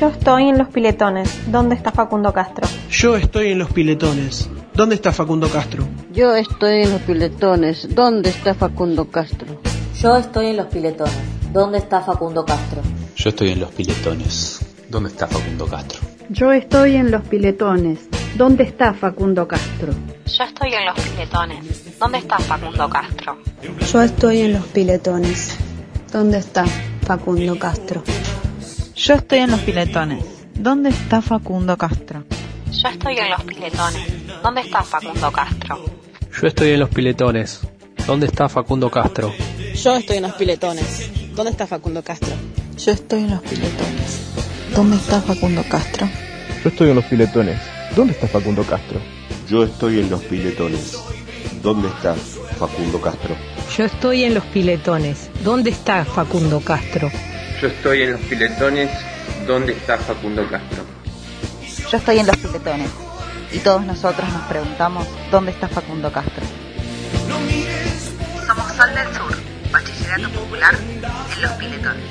Yo estoy en los piletones. ¿Dónde está Facundo Castro? Yo estoy en los piletones. ¿Dónde está Facundo Castro? Yo estoy en los piletones. ¿Dónde está Facundo Castro? Yo estoy en los piletones. ¿Dónde está Facundo Castro? Yo estoy en los piletones. ¿Dónde está Facundo Castro? Yo estoy en los piletones. ¿Dónde está Facundo Castro? Yo estoy en los piletones. ¿Dónde está Facundo Castro? Yo estoy en los piletones. ¿Dónde está Facundo Castro? Yo estoy en los piletones. ¿Dónde está Facundo Castro? Yo estoy en los piletones. ¿Dónde está Facundo Castro? Yo estoy en los piletones. ¿Dónde está Facundo Castro? Yo estoy en los piletones. ¿Dónde está Facundo Castro? Yo estoy en los piletones. ¿Dónde está Facundo Castro? Yo estoy en los piletones. ¿Dónde está Facundo Castro? Yo estoy en los piletones. ¿Dónde está Facundo Castro? Yo estoy en los piletones. ¿Dónde está Facundo Castro? Yo estoy en los piletones. ¿Dónde está Facundo Castro? Yo estoy en los piletones. Y todos nosotros nos preguntamos, ¿dónde está Facundo Castro? Somos Sol del Sur, Bachillerato Popular en los piletones.